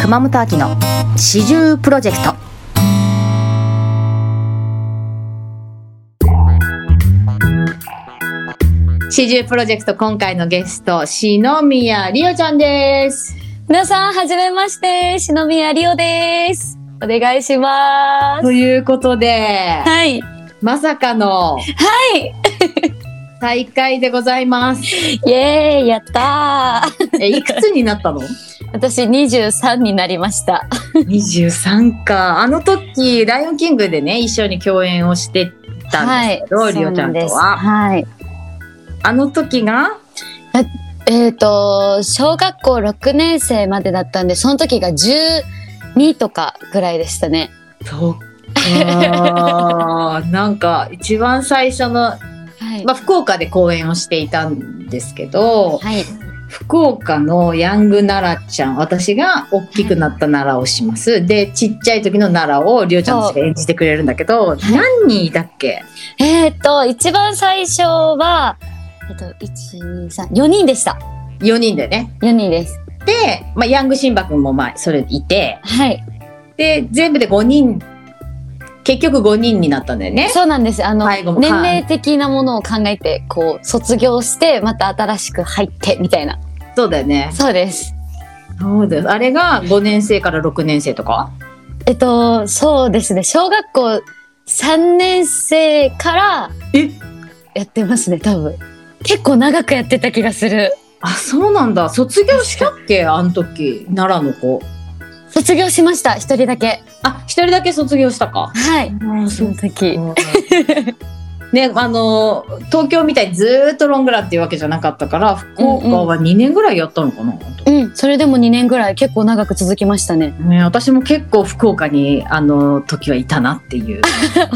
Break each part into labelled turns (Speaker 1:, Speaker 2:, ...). Speaker 1: 熊本秋の始終プロジェクト
Speaker 2: 始終プロジェクト今回のゲスト篠宮リオちゃんです
Speaker 3: 皆さん、はじめまして、篠宮リオです。お願いします。
Speaker 2: ということで
Speaker 3: はい。イ
Speaker 2: まさかの
Speaker 3: い
Speaker 2: 再会でございます
Speaker 3: エーイ、やったー。
Speaker 2: えいくつになったの
Speaker 3: 私23になりました。
Speaker 2: 23かあの時「ライオンキング」でね一緒に共演をしてたんですけど、
Speaker 3: はい
Speaker 2: リオちゃんと
Speaker 3: そうな
Speaker 2: は
Speaker 3: はい。
Speaker 2: あの時が
Speaker 3: えっ、と、小学校6年生までだったんで、その時が12とかぐらいでしたね。
Speaker 2: そっか なんか一番最初の、
Speaker 3: はい。
Speaker 2: まあ、福岡で公演をしていたんですけど、
Speaker 3: はい。
Speaker 2: 福岡のヤング奈良ちゃん私が大きくなった奈良をしますでちっちゃい時の奈良をりょうちゃんたちが演じてくれるんだけど何人いたっけ
Speaker 3: えっ、と、一番最初は、えっ、と、1、2、3、4人でした。
Speaker 2: 4人でね
Speaker 3: 4人です。
Speaker 2: で、まあ、ヤングシンバ君もまあそれいて
Speaker 3: はい。
Speaker 2: で全部で5人結局5人になったんだよね
Speaker 3: そうなんです。あの、
Speaker 2: 最後も
Speaker 3: 年齢的なものを考えてこう卒業してまた新しく入ってみたいな
Speaker 2: そうだよね
Speaker 3: そうです
Speaker 2: そうだよあれが5年生から6年生とか
Speaker 3: えっとそうですね小学校3年生から
Speaker 2: え
Speaker 3: やってますね多分結構長くやってた気がする
Speaker 2: あそうなんだ卒業したっけあの時奈良の子
Speaker 3: 卒業しました一人だけ
Speaker 2: あ一人だけ卒業したか
Speaker 3: はい
Speaker 2: あ
Speaker 3: その時
Speaker 2: ね、あのー東京みたいにずーっとロングランっていうわけじゃなかったから福岡は2年ぐらいやったのかな、
Speaker 3: うんそれでも2年ぐらい結構長く続きましたね
Speaker 2: ね、私も結構福岡にあの時はいたなっていう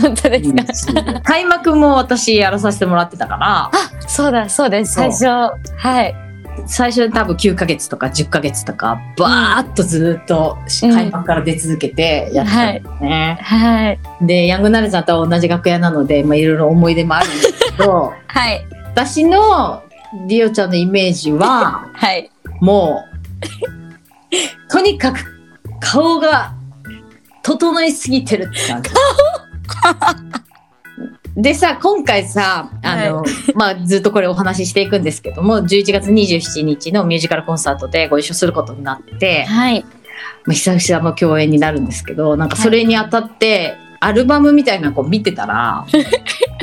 Speaker 3: 本当ですか、
Speaker 2: 開幕も私やらさせてもらってたか
Speaker 3: あそうだそうです
Speaker 2: そ
Speaker 3: 最
Speaker 2: う
Speaker 3: 初はい
Speaker 2: ら最初多分9ヶ月とか10ヶ月とかバーっとずーっと
Speaker 3: うん
Speaker 2: 開幕から出続けてやってたんですね、
Speaker 3: はい
Speaker 2: でヤングナレさんとは同じ楽屋なのでまあいろいろ思い出もあるんですけ ど
Speaker 3: はい
Speaker 2: 私のリオちゃんのイメージは
Speaker 3: はい
Speaker 2: もう、とにかく顔が整いすぎてるって感じ。でさ、今回さ、あの、まあ、ずっとこれお話ししていくんですけども、11月27日のミュージカルコンサートでご一緒することになって、
Speaker 3: はい
Speaker 2: まあ、久々の共演になるんですけど、なんかそれにあたって、アルバムみたいなのを見てたら、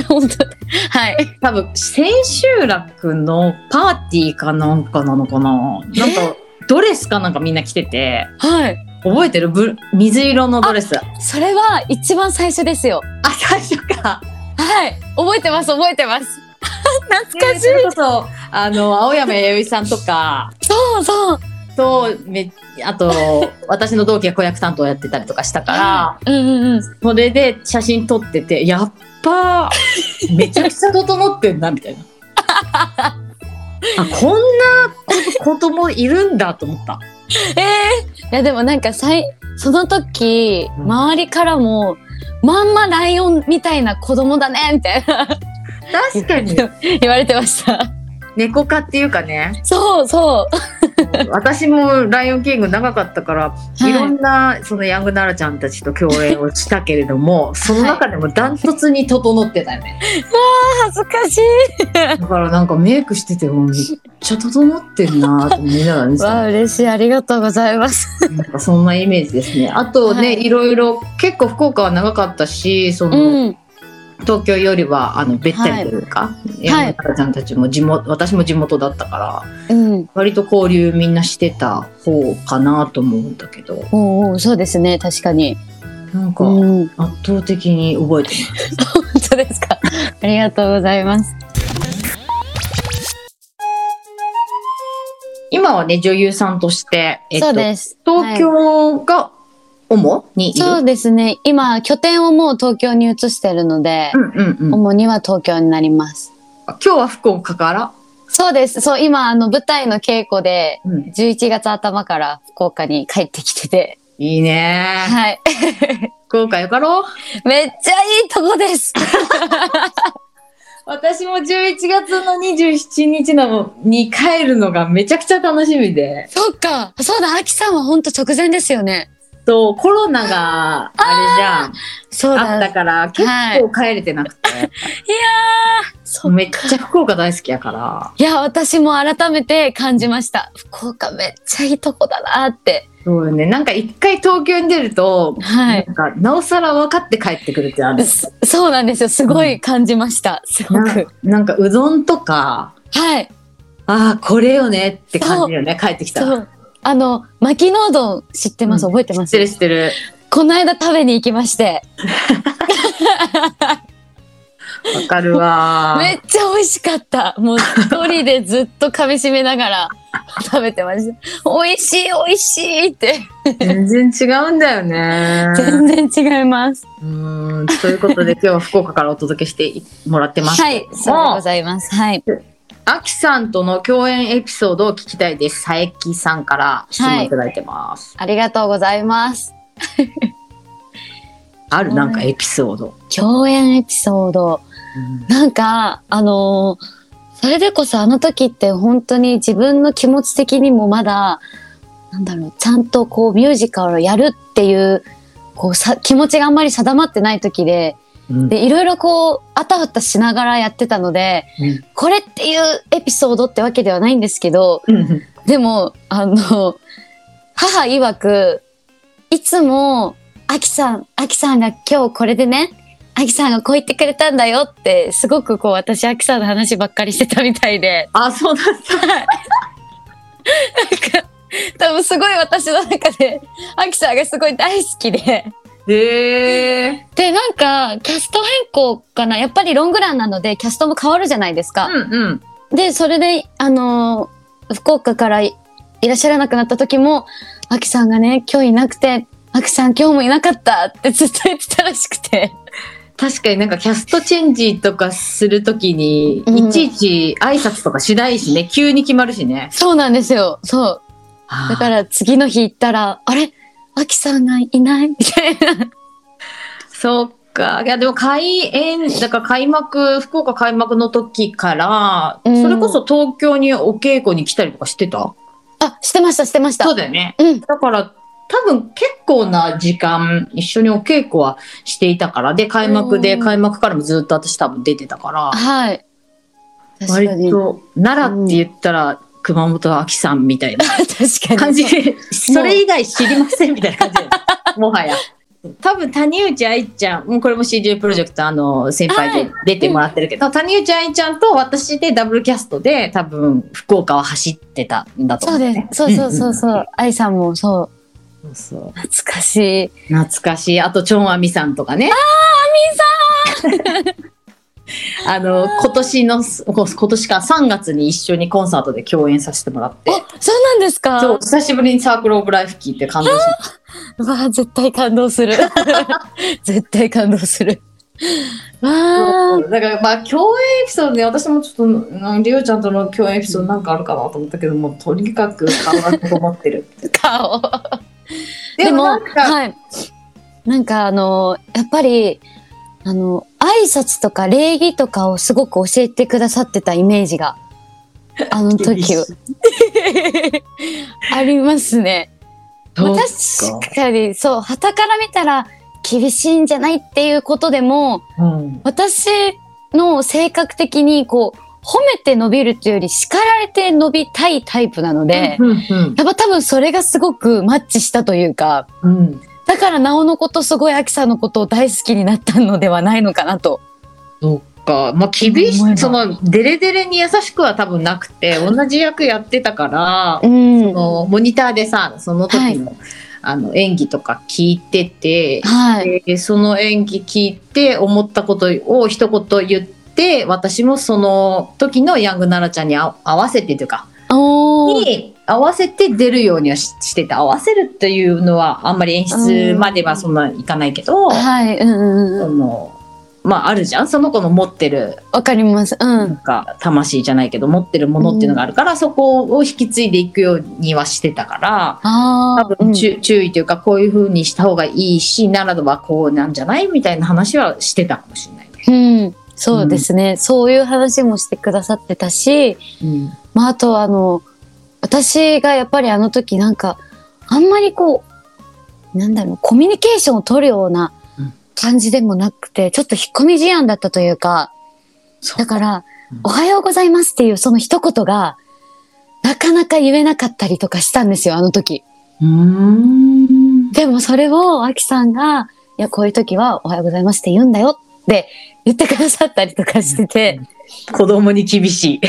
Speaker 3: 本当だはい
Speaker 2: 多分千秋楽のパーティーかなんかなのかななんかドレスかなんかみんな着てて
Speaker 3: はい
Speaker 2: 覚えてるぶ水色のドレスあ
Speaker 3: それは一番最初ですよ。
Speaker 2: 最初か
Speaker 3: はい、覚えてます、覚えてます。懐かし
Speaker 2: そ
Speaker 3: い。
Speaker 2: れこそあの青山弥生さんとか
Speaker 3: そうそう。
Speaker 2: とめあと私の同期が子役担当やってたりとかしたから
Speaker 3: うんうんうん。
Speaker 2: それで写真撮っててやっぱめちゃくちゃ整ってんなみたい なあこんな子供いるんだと思った
Speaker 3: ええいやでもなんかさいその時、
Speaker 2: うん
Speaker 3: 周りからもまんまライオンみたいな子供だねみたいな
Speaker 2: 確かに
Speaker 3: 言われてました。
Speaker 2: 猫科っていうかね
Speaker 3: そうそう。
Speaker 2: 私も「ライオンキング」長かったから、
Speaker 3: い
Speaker 2: い、ろんなそのヤングナラちゃんたちと共演をしたけれどもその中でもダントツに整ってたよね
Speaker 3: 恥ずかしい。
Speaker 2: だからなんかメイクしててもめっちゃ整ってんなと思いながら見て
Speaker 3: わあ
Speaker 2: た
Speaker 3: 嬉しいありがとうございます。
Speaker 2: なんかそんなイメージですねあとね、
Speaker 3: はい
Speaker 2: い、ろいろ結構福岡は長かったしそうの、
Speaker 3: ん
Speaker 2: 東京よりはあのべったりというか、ヤングナラちゃんたちも地元私も地元だったから
Speaker 3: うん。
Speaker 2: 割と交流みんなしてた方かなと思うんだけど。
Speaker 3: おうおうそうですね確かに。
Speaker 2: なんか
Speaker 3: うん。
Speaker 2: 圧倒的に覚えてます。
Speaker 3: 本当ですか。 ありがとうございます。
Speaker 2: 今はね女優さんとして、えっと
Speaker 3: そうです。
Speaker 2: 東京が主にいる。
Speaker 3: そうですね。今、拠点をもう東京に移してるので、
Speaker 2: うんうんうん。
Speaker 3: 主には東京になります。
Speaker 2: 今日は福岡から。
Speaker 3: そうです。そう、今、あの、舞台の稽古で、
Speaker 2: うん、
Speaker 3: 11月頭から福岡に帰ってきてて、
Speaker 2: いいねー。
Speaker 3: はい。
Speaker 2: 福岡よかろう。
Speaker 3: めっちゃいいとこです
Speaker 2: 私も11月の27日のに帰るのがめちゃくちゃ楽しみで。
Speaker 3: そっか。そうだ、アキさんは本当直前ですよね。
Speaker 2: と、コロナがあれ
Speaker 3: そう
Speaker 2: じゃん。あった
Speaker 3: だ。
Speaker 2: から、結構帰れてなくて。
Speaker 3: そう
Speaker 2: めっちゃ福岡大好きやから。
Speaker 3: いや、私も改めて感じました。福岡めっちゃいいとこだなって。
Speaker 2: そうよね。なんか一回東京に出ると、
Speaker 3: はい。
Speaker 2: なんかなおさら分かって帰ってくるってある。
Speaker 3: すそうなんですよ。すごい感じました。すご
Speaker 2: な
Speaker 3: く。
Speaker 2: なんかうどんとか、
Speaker 3: はい。
Speaker 2: ああ、これよねって感じよね、帰ってきた
Speaker 3: そ
Speaker 2: ら。
Speaker 3: う。あの、牧野うどん知ってます
Speaker 2: うん
Speaker 3: 覚えてま
Speaker 2: 知って
Speaker 3: す
Speaker 2: る知ってる。
Speaker 3: この間食べに行きまして。
Speaker 2: わかる わー。
Speaker 3: めっちゃ美味しかった。もう一人でずっと噛み締めながら 食べてました。美味しい美味しいって。
Speaker 2: 全然違うんだよね。
Speaker 3: 全然違います。
Speaker 2: うーんということで 今日は福岡からお届けしてもらってます。
Speaker 3: はい、そうでございます。はい。
Speaker 2: あきさんとの共演エピソードを聞きたいです。佐伯さんから質問いただいてます。
Speaker 3: ありがとうございます。
Speaker 2: あるなんかエピソード。
Speaker 3: 共演エピソード。なんか、あのーそれでこそあの時って本当に自分の気持ち的にもまだ、なんだろう、ちゃんとこうミュージカルをやるっていう、こうさ、気持ちがあんまり定まってない時で、
Speaker 2: うん
Speaker 3: で、いろいろこう、あたふたしながらやってたので、
Speaker 2: うん
Speaker 3: これっていうエピソードってわけではないんですけど、
Speaker 2: うん
Speaker 3: でも、あの、母曰く、いつも、あきさん、あきさんが今日これでね、あきさんがこう言ってくれたんだよって、すごくこう私、あきさんの話ばっかりしてたみたいで、
Speaker 2: あ、そうなんだ。
Speaker 3: なんか、多分すごい私の中で、あきさんがすごい大好きで、
Speaker 2: へえ。
Speaker 3: で、なんか、キャスト変更かなやっぱりロングランなので、キャストも変わるじゃないですか。
Speaker 2: うんうん。
Speaker 3: で、それで、あのー福岡からいいらっしゃらなくなった時も、アキさんがね、今日いなくて、アキさん今日もいなかったってずっと言ってたらしくて。
Speaker 2: 確かになんかキャストチェンジとかするときに、
Speaker 3: うん
Speaker 2: いちいち挨拶とかしないしね、急に決まるしね。
Speaker 3: そうなんですよ。そう。だからら次の日行ったら、あれアキさんがいないみたいな。
Speaker 2: そっか。いや、でも開演、だから開幕、福岡開幕の時から、
Speaker 3: うん
Speaker 2: それこそ東京にお稽古に来たりとかしてた
Speaker 3: あ、してました、してました。
Speaker 2: そう
Speaker 3: で
Speaker 2: だよね。
Speaker 3: うん。
Speaker 2: だから、多分結構な時間、一緒にお稽古はしていたから、で、開幕で、
Speaker 3: うん
Speaker 2: 開幕からもずっと私多分出てたから、
Speaker 3: はい。確か
Speaker 2: 割
Speaker 3: に。
Speaker 2: と、奈良って言ったら、熊本秋さんみたいな
Speaker 3: 確か
Speaker 2: 感
Speaker 3: に。
Speaker 2: じで、それ以外知りませんみたいな感じだよね もはや。多分谷内愛ちゃん、もうこれも CJ プロジェクトあの先輩で出てもらってるけど、谷内愛ちゃんと私でダブルキャストで多分福岡を走ってたんだと
Speaker 3: そ
Speaker 2: 思
Speaker 3: う
Speaker 2: う、
Speaker 3: で
Speaker 2: ね。
Speaker 3: す。そうそうそうそ
Speaker 2: んん
Speaker 3: う。愛さんもそう。
Speaker 2: うんそうそう
Speaker 3: 懐かしい。
Speaker 2: 懐かしい。あと、チョンアミさんとかね。 ああ、アミさんあの、今年の、こ今年か3月に一緒にコンサートで共演させてもらって、
Speaker 3: あ、そうなんですか
Speaker 2: そう、久しぶりにサークルオブライフ聞いて感動しまし
Speaker 3: うわあ絶対感 動する絶対感動する
Speaker 2: た。
Speaker 3: わあ
Speaker 2: だから、まあ、共演エピソードね、私もちょっと、うんりおちゃんとの共演エピソードなんかあるかなと思ったけど、もうとにかく変わって思って る。
Speaker 3: 顔でも
Speaker 2: なんか、
Speaker 3: はいなんかあのやっぱりあの挨拶とか礼儀とかをすごく教えてくださってたイメージがあの時は ありますね、まあ
Speaker 2: そう
Speaker 3: 確かにそう旗から見たら厳しいんじゃないっていうことでも
Speaker 2: うん
Speaker 3: 私の性格的にこう褒めて伸びるっていうより叱られて伸びたいタイプなので、
Speaker 2: うんうん
Speaker 3: やっぱ多分それがすごくマッチしたというか
Speaker 2: うん
Speaker 3: だからなおのことすごいアキさんのことを大好きになったのではないのかなと。
Speaker 2: そっか、まあ、厳し
Speaker 3: 思えば
Speaker 2: い、その、デレデレに優しくは多分なくて、同じ役やってたから、
Speaker 3: うん
Speaker 2: そのモニターでさ、その時の、あの、演技とか聞いてて、
Speaker 3: はい、
Speaker 2: でその演技聞いて、思ったことを一言言って、私もその時のヤングナラちゃんにあ合わせてというか、
Speaker 3: おー
Speaker 2: に合わせて出るようにはししてて、合わせるっていうのはあんまり演出まではそんないかないけど、
Speaker 3: はい、うんうんう
Speaker 2: そ
Speaker 3: ん、
Speaker 2: の、まああるじゃんその子の持ってる
Speaker 3: わかります。う
Speaker 2: なん
Speaker 3: ん、
Speaker 2: か魂じゃないけど持ってるものっていうのがあるから、そこを引き継いでいくようにはしてたから
Speaker 3: あ
Speaker 2: 多
Speaker 3: あ、う
Speaker 2: 分
Speaker 3: ん
Speaker 2: 注,、注意というかこういう風にした方がいいし奈良はこうなんじゃないみたいな話はしてたかもしれないね。
Speaker 3: うん、そうですね、そういう話もしてくださってたし、
Speaker 2: うん
Speaker 3: まあ、あとあの私がやっぱりあの時なんかあんまりこうなんだろうコミュニケーションを取るような
Speaker 2: うん
Speaker 3: 感じでもなくてちょっと引っ込み思案だったというか
Speaker 2: そう
Speaker 3: だから
Speaker 2: うん
Speaker 3: 「おはようございます」っていうその一言がなかなか言えなかったりとかしたんですよあの時。
Speaker 2: うーん
Speaker 3: でもそれをあきさんが「いやこういう時はおはようございます」って言うんだよって言ってくださったりとかしてて。
Speaker 2: 子供に厳しい。
Speaker 3: いや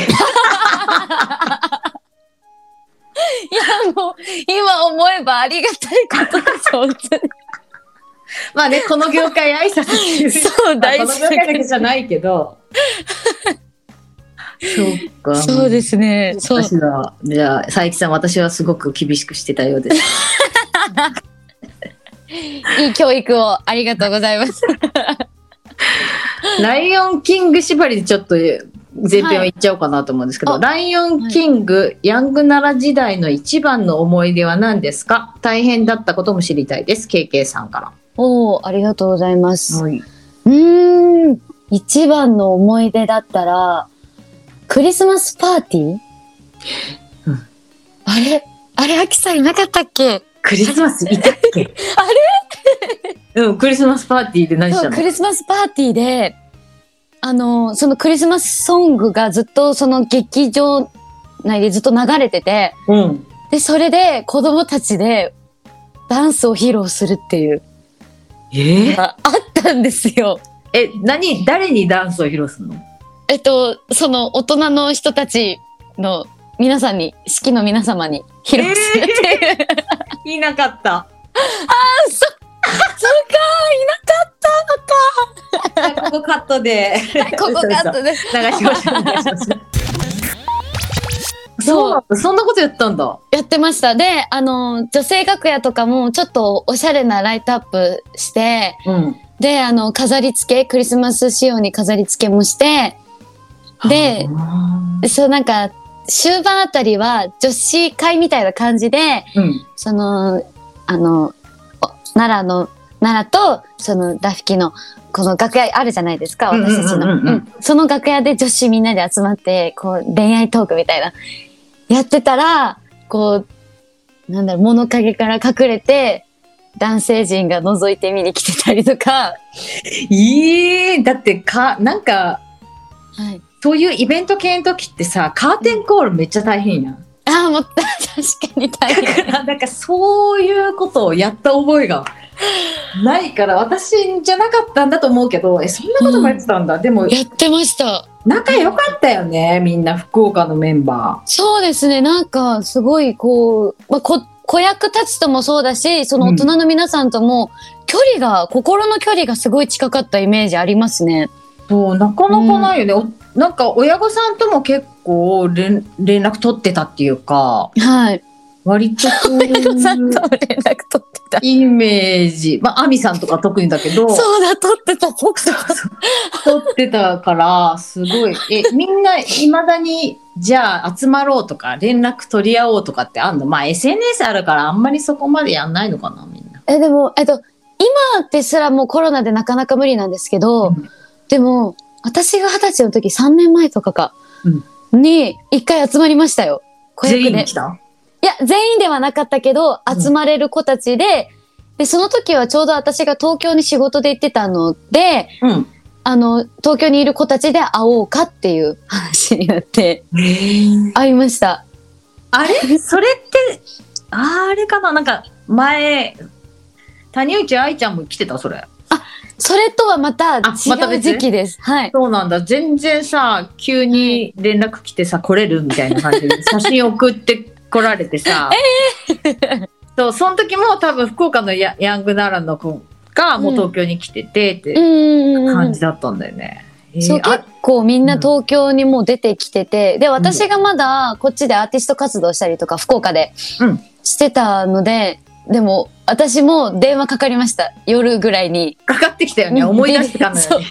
Speaker 3: もう今思えばありがたいことです本当に。
Speaker 2: まあね、この業界挨拶って いう
Speaker 3: そう
Speaker 2: まあ
Speaker 3: 大
Speaker 2: こ
Speaker 3: 好
Speaker 2: の業界だけじゃないけど。そうか。
Speaker 3: き。そうですね。そう。
Speaker 2: 私はじゃあ佐伯さん私はすごく厳しくしてたようです。
Speaker 3: いい教育をありがとうございます。
Speaker 2: ライオンキング縛りでちょっと前編はいっちゃおうかなと思うんですけど、
Speaker 3: はいあ
Speaker 2: ライオンキング、ヤング奈良時代の一番の思い出は何ですか大変だったことも知りたいです KK さんか
Speaker 3: おお、ありがとうございま
Speaker 2: ら。
Speaker 3: す。
Speaker 2: はい、
Speaker 3: うーん。一番の思い出だったら、クリスマスパーティー
Speaker 2: うん
Speaker 3: あれあれ、アキさんいなかったっけ
Speaker 2: クリスマスいたっ けあれうんクリスマスパーティーで何し
Speaker 3: そ
Speaker 2: た
Speaker 3: う、
Speaker 2: の
Speaker 3: クリスマスパーティーで、あの、そのクリスマスソングがずっとその劇場内でずっと流れてて、
Speaker 2: うん、
Speaker 3: で、それで子供たちでダンスを披露するっていう
Speaker 2: え
Speaker 3: の
Speaker 2: ー、
Speaker 3: があったんですよ。
Speaker 2: え何誰にダンスを披露するの
Speaker 3: えっと、その大人の人たちの皆さんに、式の皆様に披露するっていう。
Speaker 2: いなかった。
Speaker 3: そ
Speaker 2: ここカット で。
Speaker 3: うか、ここカットです。
Speaker 2: 流しましょう。そうなんだ。そんなことやったんだ。
Speaker 3: やってました。で、あの、女性楽屋とかもちょっとおしゃれなライトアップして、
Speaker 2: うん。
Speaker 3: で、あの、飾り付け、クリスマス仕様に飾り付けもして、でそうなんか、終盤あたりは女子会みたいな感じで、
Speaker 2: うん。
Speaker 3: その、あの、お奈良の、奈良と、その、ラフィキの、この楽屋あるじゃないですか、
Speaker 2: うんうんうんうん
Speaker 3: 私たちの。うんその楽屋で女子みんなで集まって、こう、恋愛トークみたいな、やってたら、こう、なんだろう、物陰から隠れて、男性陣が覗いて見に来てたりとか、
Speaker 2: いい。だってかなんか
Speaker 3: はい。
Speaker 2: そういうイベント系の時ってさカーテンコールめっちゃ大変やん。
Speaker 3: ああ、もう、確かに大
Speaker 2: だ
Speaker 3: 変。
Speaker 2: から なんかそういうことをやった覚えがないから私じゃなかったんだと思うけどえそんなこともやってたんだ。でも
Speaker 3: やってました。
Speaker 2: 仲良かったよねみんな福岡のメンバー。
Speaker 3: そうですね、なんか、すごい、こう、まあ、こ子役たちともそうだし、その大人の皆さんとも、距離が、心の距離がすごい近かったイメージありますね。
Speaker 2: そうなかなかないよね、おなんか親御さんとも結構連連絡取ってたっていうか
Speaker 3: はい。
Speaker 2: 割とそうい
Speaker 3: さん
Speaker 2: う
Speaker 3: とも連絡取ってた。
Speaker 2: イメージまあ亜美さんとか特にだけど
Speaker 3: そうだ、取ってた、取って
Speaker 2: 取ってたからすごいえみんないまだにじゃあ集まろうとか連絡取り合おうとかってあんのまあ SNS あるからあんまりそこまでやんないのかなみんな。
Speaker 3: た。え、でも、えっと、今ですらもうコロナでなかなか無理なんですけど、
Speaker 2: うん
Speaker 3: でも、私が二十歳の時、3年前とかか、に、一回集まりましたよ。子役
Speaker 2: 全員
Speaker 3: で
Speaker 2: 来。た
Speaker 3: いや、全員ではなかったけど、
Speaker 2: うん
Speaker 3: 集まれる子たちで、で、その時はちょうど私が東京に仕事で行ってたので、
Speaker 2: うん。
Speaker 3: あの、東京にいる子たちで会おうかっていう話に なって、会いました。
Speaker 2: あれそれってあれかななんか前谷内愛ちゃんも来てたそれ。
Speaker 3: それとはまた違
Speaker 2: あまた
Speaker 3: う
Speaker 2: 別
Speaker 3: 時期です。はい。
Speaker 2: そうなんだ全然さ急に連絡来てさ来れるみたいな感 じで写真送って来られてさ、そうその時も多分福岡のヤヤング奈良の子がもう東京に来ててっ
Speaker 3: う
Speaker 2: て
Speaker 3: んうんうんう
Speaker 2: 感
Speaker 3: ん
Speaker 2: じ。だったんだよね。えー
Speaker 3: そう、
Speaker 2: あ
Speaker 3: 結構みんな東京にもう出てきてて、で、私がまだこっちでアーティスト活動したりとか、福岡で
Speaker 2: うん
Speaker 3: してたので、でも、私も電話かかりました。夜ぐらいに。
Speaker 2: かかってきたよね
Speaker 3: うん
Speaker 2: 思い出してたのよね。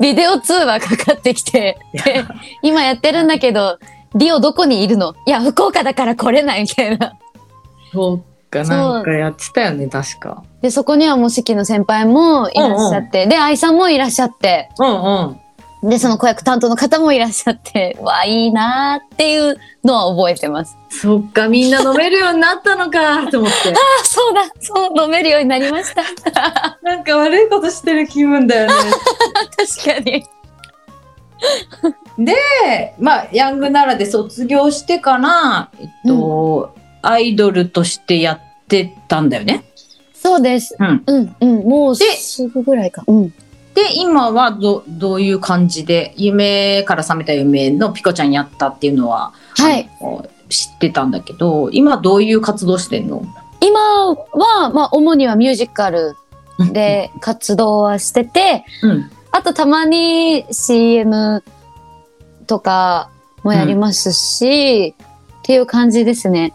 Speaker 3: ビデオ通話かかってきて、で今やってるんだけど、リオどこにいるのいや、福岡だから来れないみたいな。
Speaker 2: そうかなんかやってたよね確か。
Speaker 3: で、そこにはもう四季の先輩もいらっしゃって、で、愛さんもいらっしゃって、
Speaker 2: うんうん。
Speaker 3: で、その子役担当の方もいらっしゃって、わあ、いいなーっていうのは覚えてます。
Speaker 2: そっか、みんな飲めるようになったのか、と思 って。
Speaker 3: あ、そうだ、そう、飲めるようになりま した。確
Speaker 2: なんか悪いことしてる気分だよね。
Speaker 3: かに。
Speaker 2: で、まあ、ヤングならで卒業してから、えっと、アイドルとしてやってたんだよね。
Speaker 3: そうです。
Speaker 2: うん。
Speaker 3: うん、うん、もう
Speaker 2: です
Speaker 3: ぐぐらいか。うん。
Speaker 2: で、今はど、どういう感じで、夢から覚めた夢のピコちゃんやったっていうのは、
Speaker 3: はい。
Speaker 2: 知ってたんだけど、今どういう活動してんの
Speaker 3: 今は、まあ、主にはミュージカルで活動はしてて、
Speaker 2: うん。
Speaker 3: あとたまに CM とかもやりますし、っていう感じですね。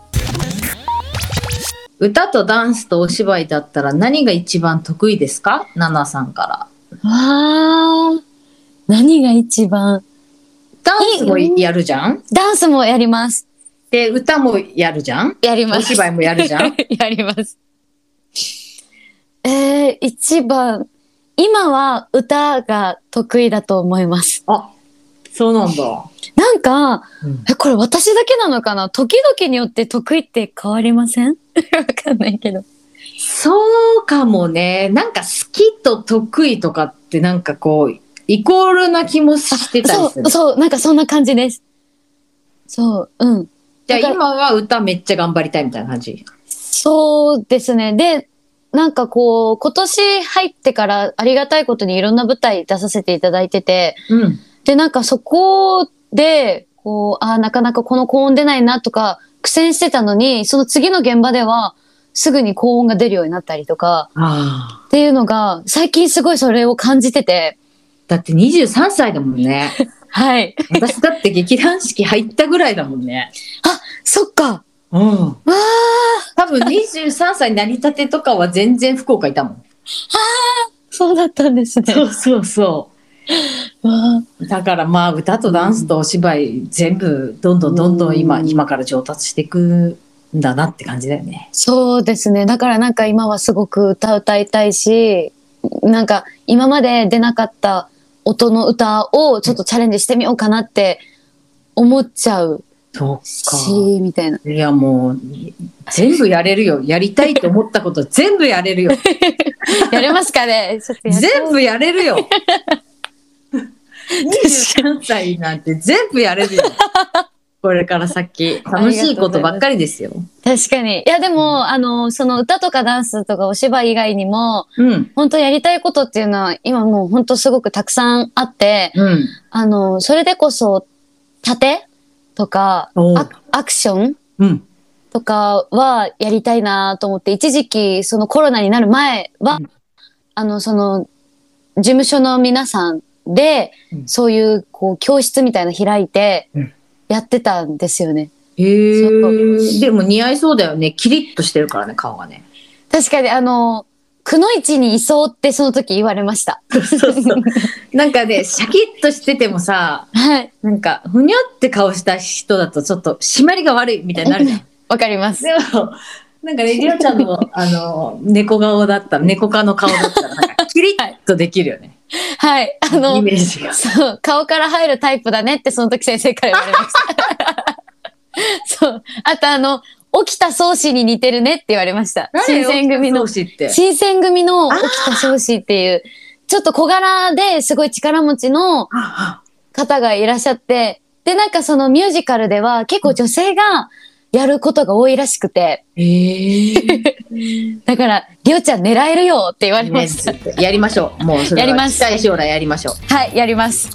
Speaker 2: 歌とダンスとお芝居だったら何が一番得意ですかナナさんから。
Speaker 3: わー。何が一番
Speaker 2: ダンスもやるじゃん
Speaker 3: ダンスもやります。
Speaker 2: で、歌もやるじゃん
Speaker 3: やりま す。
Speaker 2: お芝居もやるじゃ ん
Speaker 3: やります。えー、一番。今は歌が得意だと思います。
Speaker 2: あ、そうなんだ。
Speaker 3: なんか、
Speaker 2: うん
Speaker 3: え、これ私だけなのかな時々によって得意って変わりません わかんないけど。
Speaker 2: そうかもね。なんか好きと得意とかってなんかこう、イコールな気もしてた
Speaker 3: そ
Speaker 2: りする
Speaker 3: う、。そう、なんかそんな感じです。そう、うん。
Speaker 2: じゃあ
Speaker 3: だから
Speaker 2: 今は歌めっちゃ頑張りたいみたいな感じ。
Speaker 3: そうですね。で、なんかこう、今年入ってからありがたいことにいろんな舞台出させていただいてて、
Speaker 2: うん。
Speaker 3: で、なんかそこで、こう、ああ、なかなかこの高音出ないなとか、苦戦してたのに、その次の現場では、すぐに高音が出るようになったりとか、
Speaker 2: ああ。
Speaker 3: っていうのが、最近すごいそれを感じてて、
Speaker 2: だって23歳だもんね。
Speaker 3: はい。
Speaker 2: 私だって劇団四季入ったぐらいだもんね。
Speaker 3: そっか。
Speaker 2: うん。多
Speaker 3: わ
Speaker 2: 分23歳なりたてとかは全然福岡いたもん。
Speaker 3: そうだったんですね。
Speaker 2: うそうそ
Speaker 3: わあ
Speaker 2: う。だからまあ歌とダンスとお芝居全部どんどんどんどん今、
Speaker 3: うん
Speaker 2: 今から上達していくんだなって感じだよね。
Speaker 3: そうですね。だからなんか今はすごく歌歌いたいし、なんか今まで出なかった音の歌をちょっとチャレンジしてみようかなって思っちゃう
Speaker 2: そっか。
Speaker 3: し、みたいな。
Speaker 2: いやもう全部やれるよやりたいと思った こと全部やれるよ
Speaker 3: やれますかねちょっとやっちゃお
Speaker 2: 全
Speaker 3: う
Speaker 2: 部やれるよ23歳なんて全部やれ るよこれから先楽しいことばっかりですよ
Speaker 3: 確かに。いやでも、あの、その歌とかダンスとかお芝居以外にも、
Speaker 2: うん
Speaker 3: 本当やりたいことっていうのは今もう本当すごくたくさんあって、
Speaker 2: うん
Speaker 3: あの、それでこそ、盾とか、
Speaker 2: おう
Speaker 3: アクアクション
Speaker 2: うん
Speaker 3: とかはやりたいなと思って、一時期、そのコロナになる前は、
Speaker 2: うん
Speaker 3: あの、その、事務所の皆さんで、
Speaker 2: うん
Speaker 3: そういう、こう、教室みたいなの開いて
Speaker 2: うん、
Speaker 3: やってたんですよね。
Speaker 2: へ
Speaker 3: そ
Speaker 2: えでも似合いそうだよねキリッとしてるからね顔がね
Speaker 3: 確かに、あの、くのいちにいそうってその時言われました。
Speaker 2: そうそう なんかねシャキッとしててもさ
Speaker 3: はい。
Speaker 2: なんかふにゃって顔した人だとちょっと締まりが悪いみたいになるじゃん
Speaker 3: わかります。
Speaker 2: でも、なんかね、りおちゃん の、あの、猫顔だったら、猫科の顔だったら、なんかキリッとできるよ ね。
Speaker 3: はい。あ
Speaker 2: イ
Speaker 3: の、
Speaker 2: メージが。
Speaker 3: そう、顔から入るタイプだねってその時先生から言われま した。そう。あとあの、沖田総司に似てるねって言われました。新選組の、
Speaker 2: 知って。
Speaker 3: 新選組の沖田総司っていう、ちょっと小柄ですごい力持ちの
Speaker 2: あ
Speaker 3: 方がいらっしゃって、で、なんかそのミュージカルでは結構女性がやることが多いらしくて、
Speaker 2: えー、
Speaker 3: だから、りょうちゃん狙えるよって言われ
Speaker 2: イ
Speaker 3: ま
Speaker 2: メ
Speaker 3: した。
Speaker 2: ー ジやりましょう。もうそれは
Speaker 3: やります
Speaker 2: 近い将来やりましょう。
Speaker 3: はい、やります。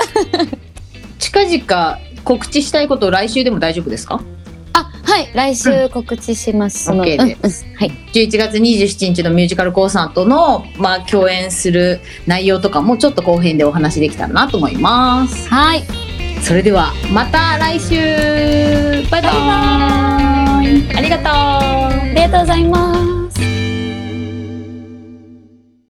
Speaker 2: 近々告知したいことを来週でも大丈夫ですか
Speaker 3: あ、はい、来週告知します。その
Speaker 2: OK
Speaker 3: うん
Speaker 2: で
Speaker 3: うんはい。
Speaker 2: 11月27日のミュージカルコンサートの、まあ、共演する内容とかもちょっと後編でお話できたらなと思います。
Speaker 3: はい。
Speaker 2: それではまた来週バイバイ
Speaker 3: バイバ
Speaker 2: ありがとう
Speaker 3: ありがとうございます。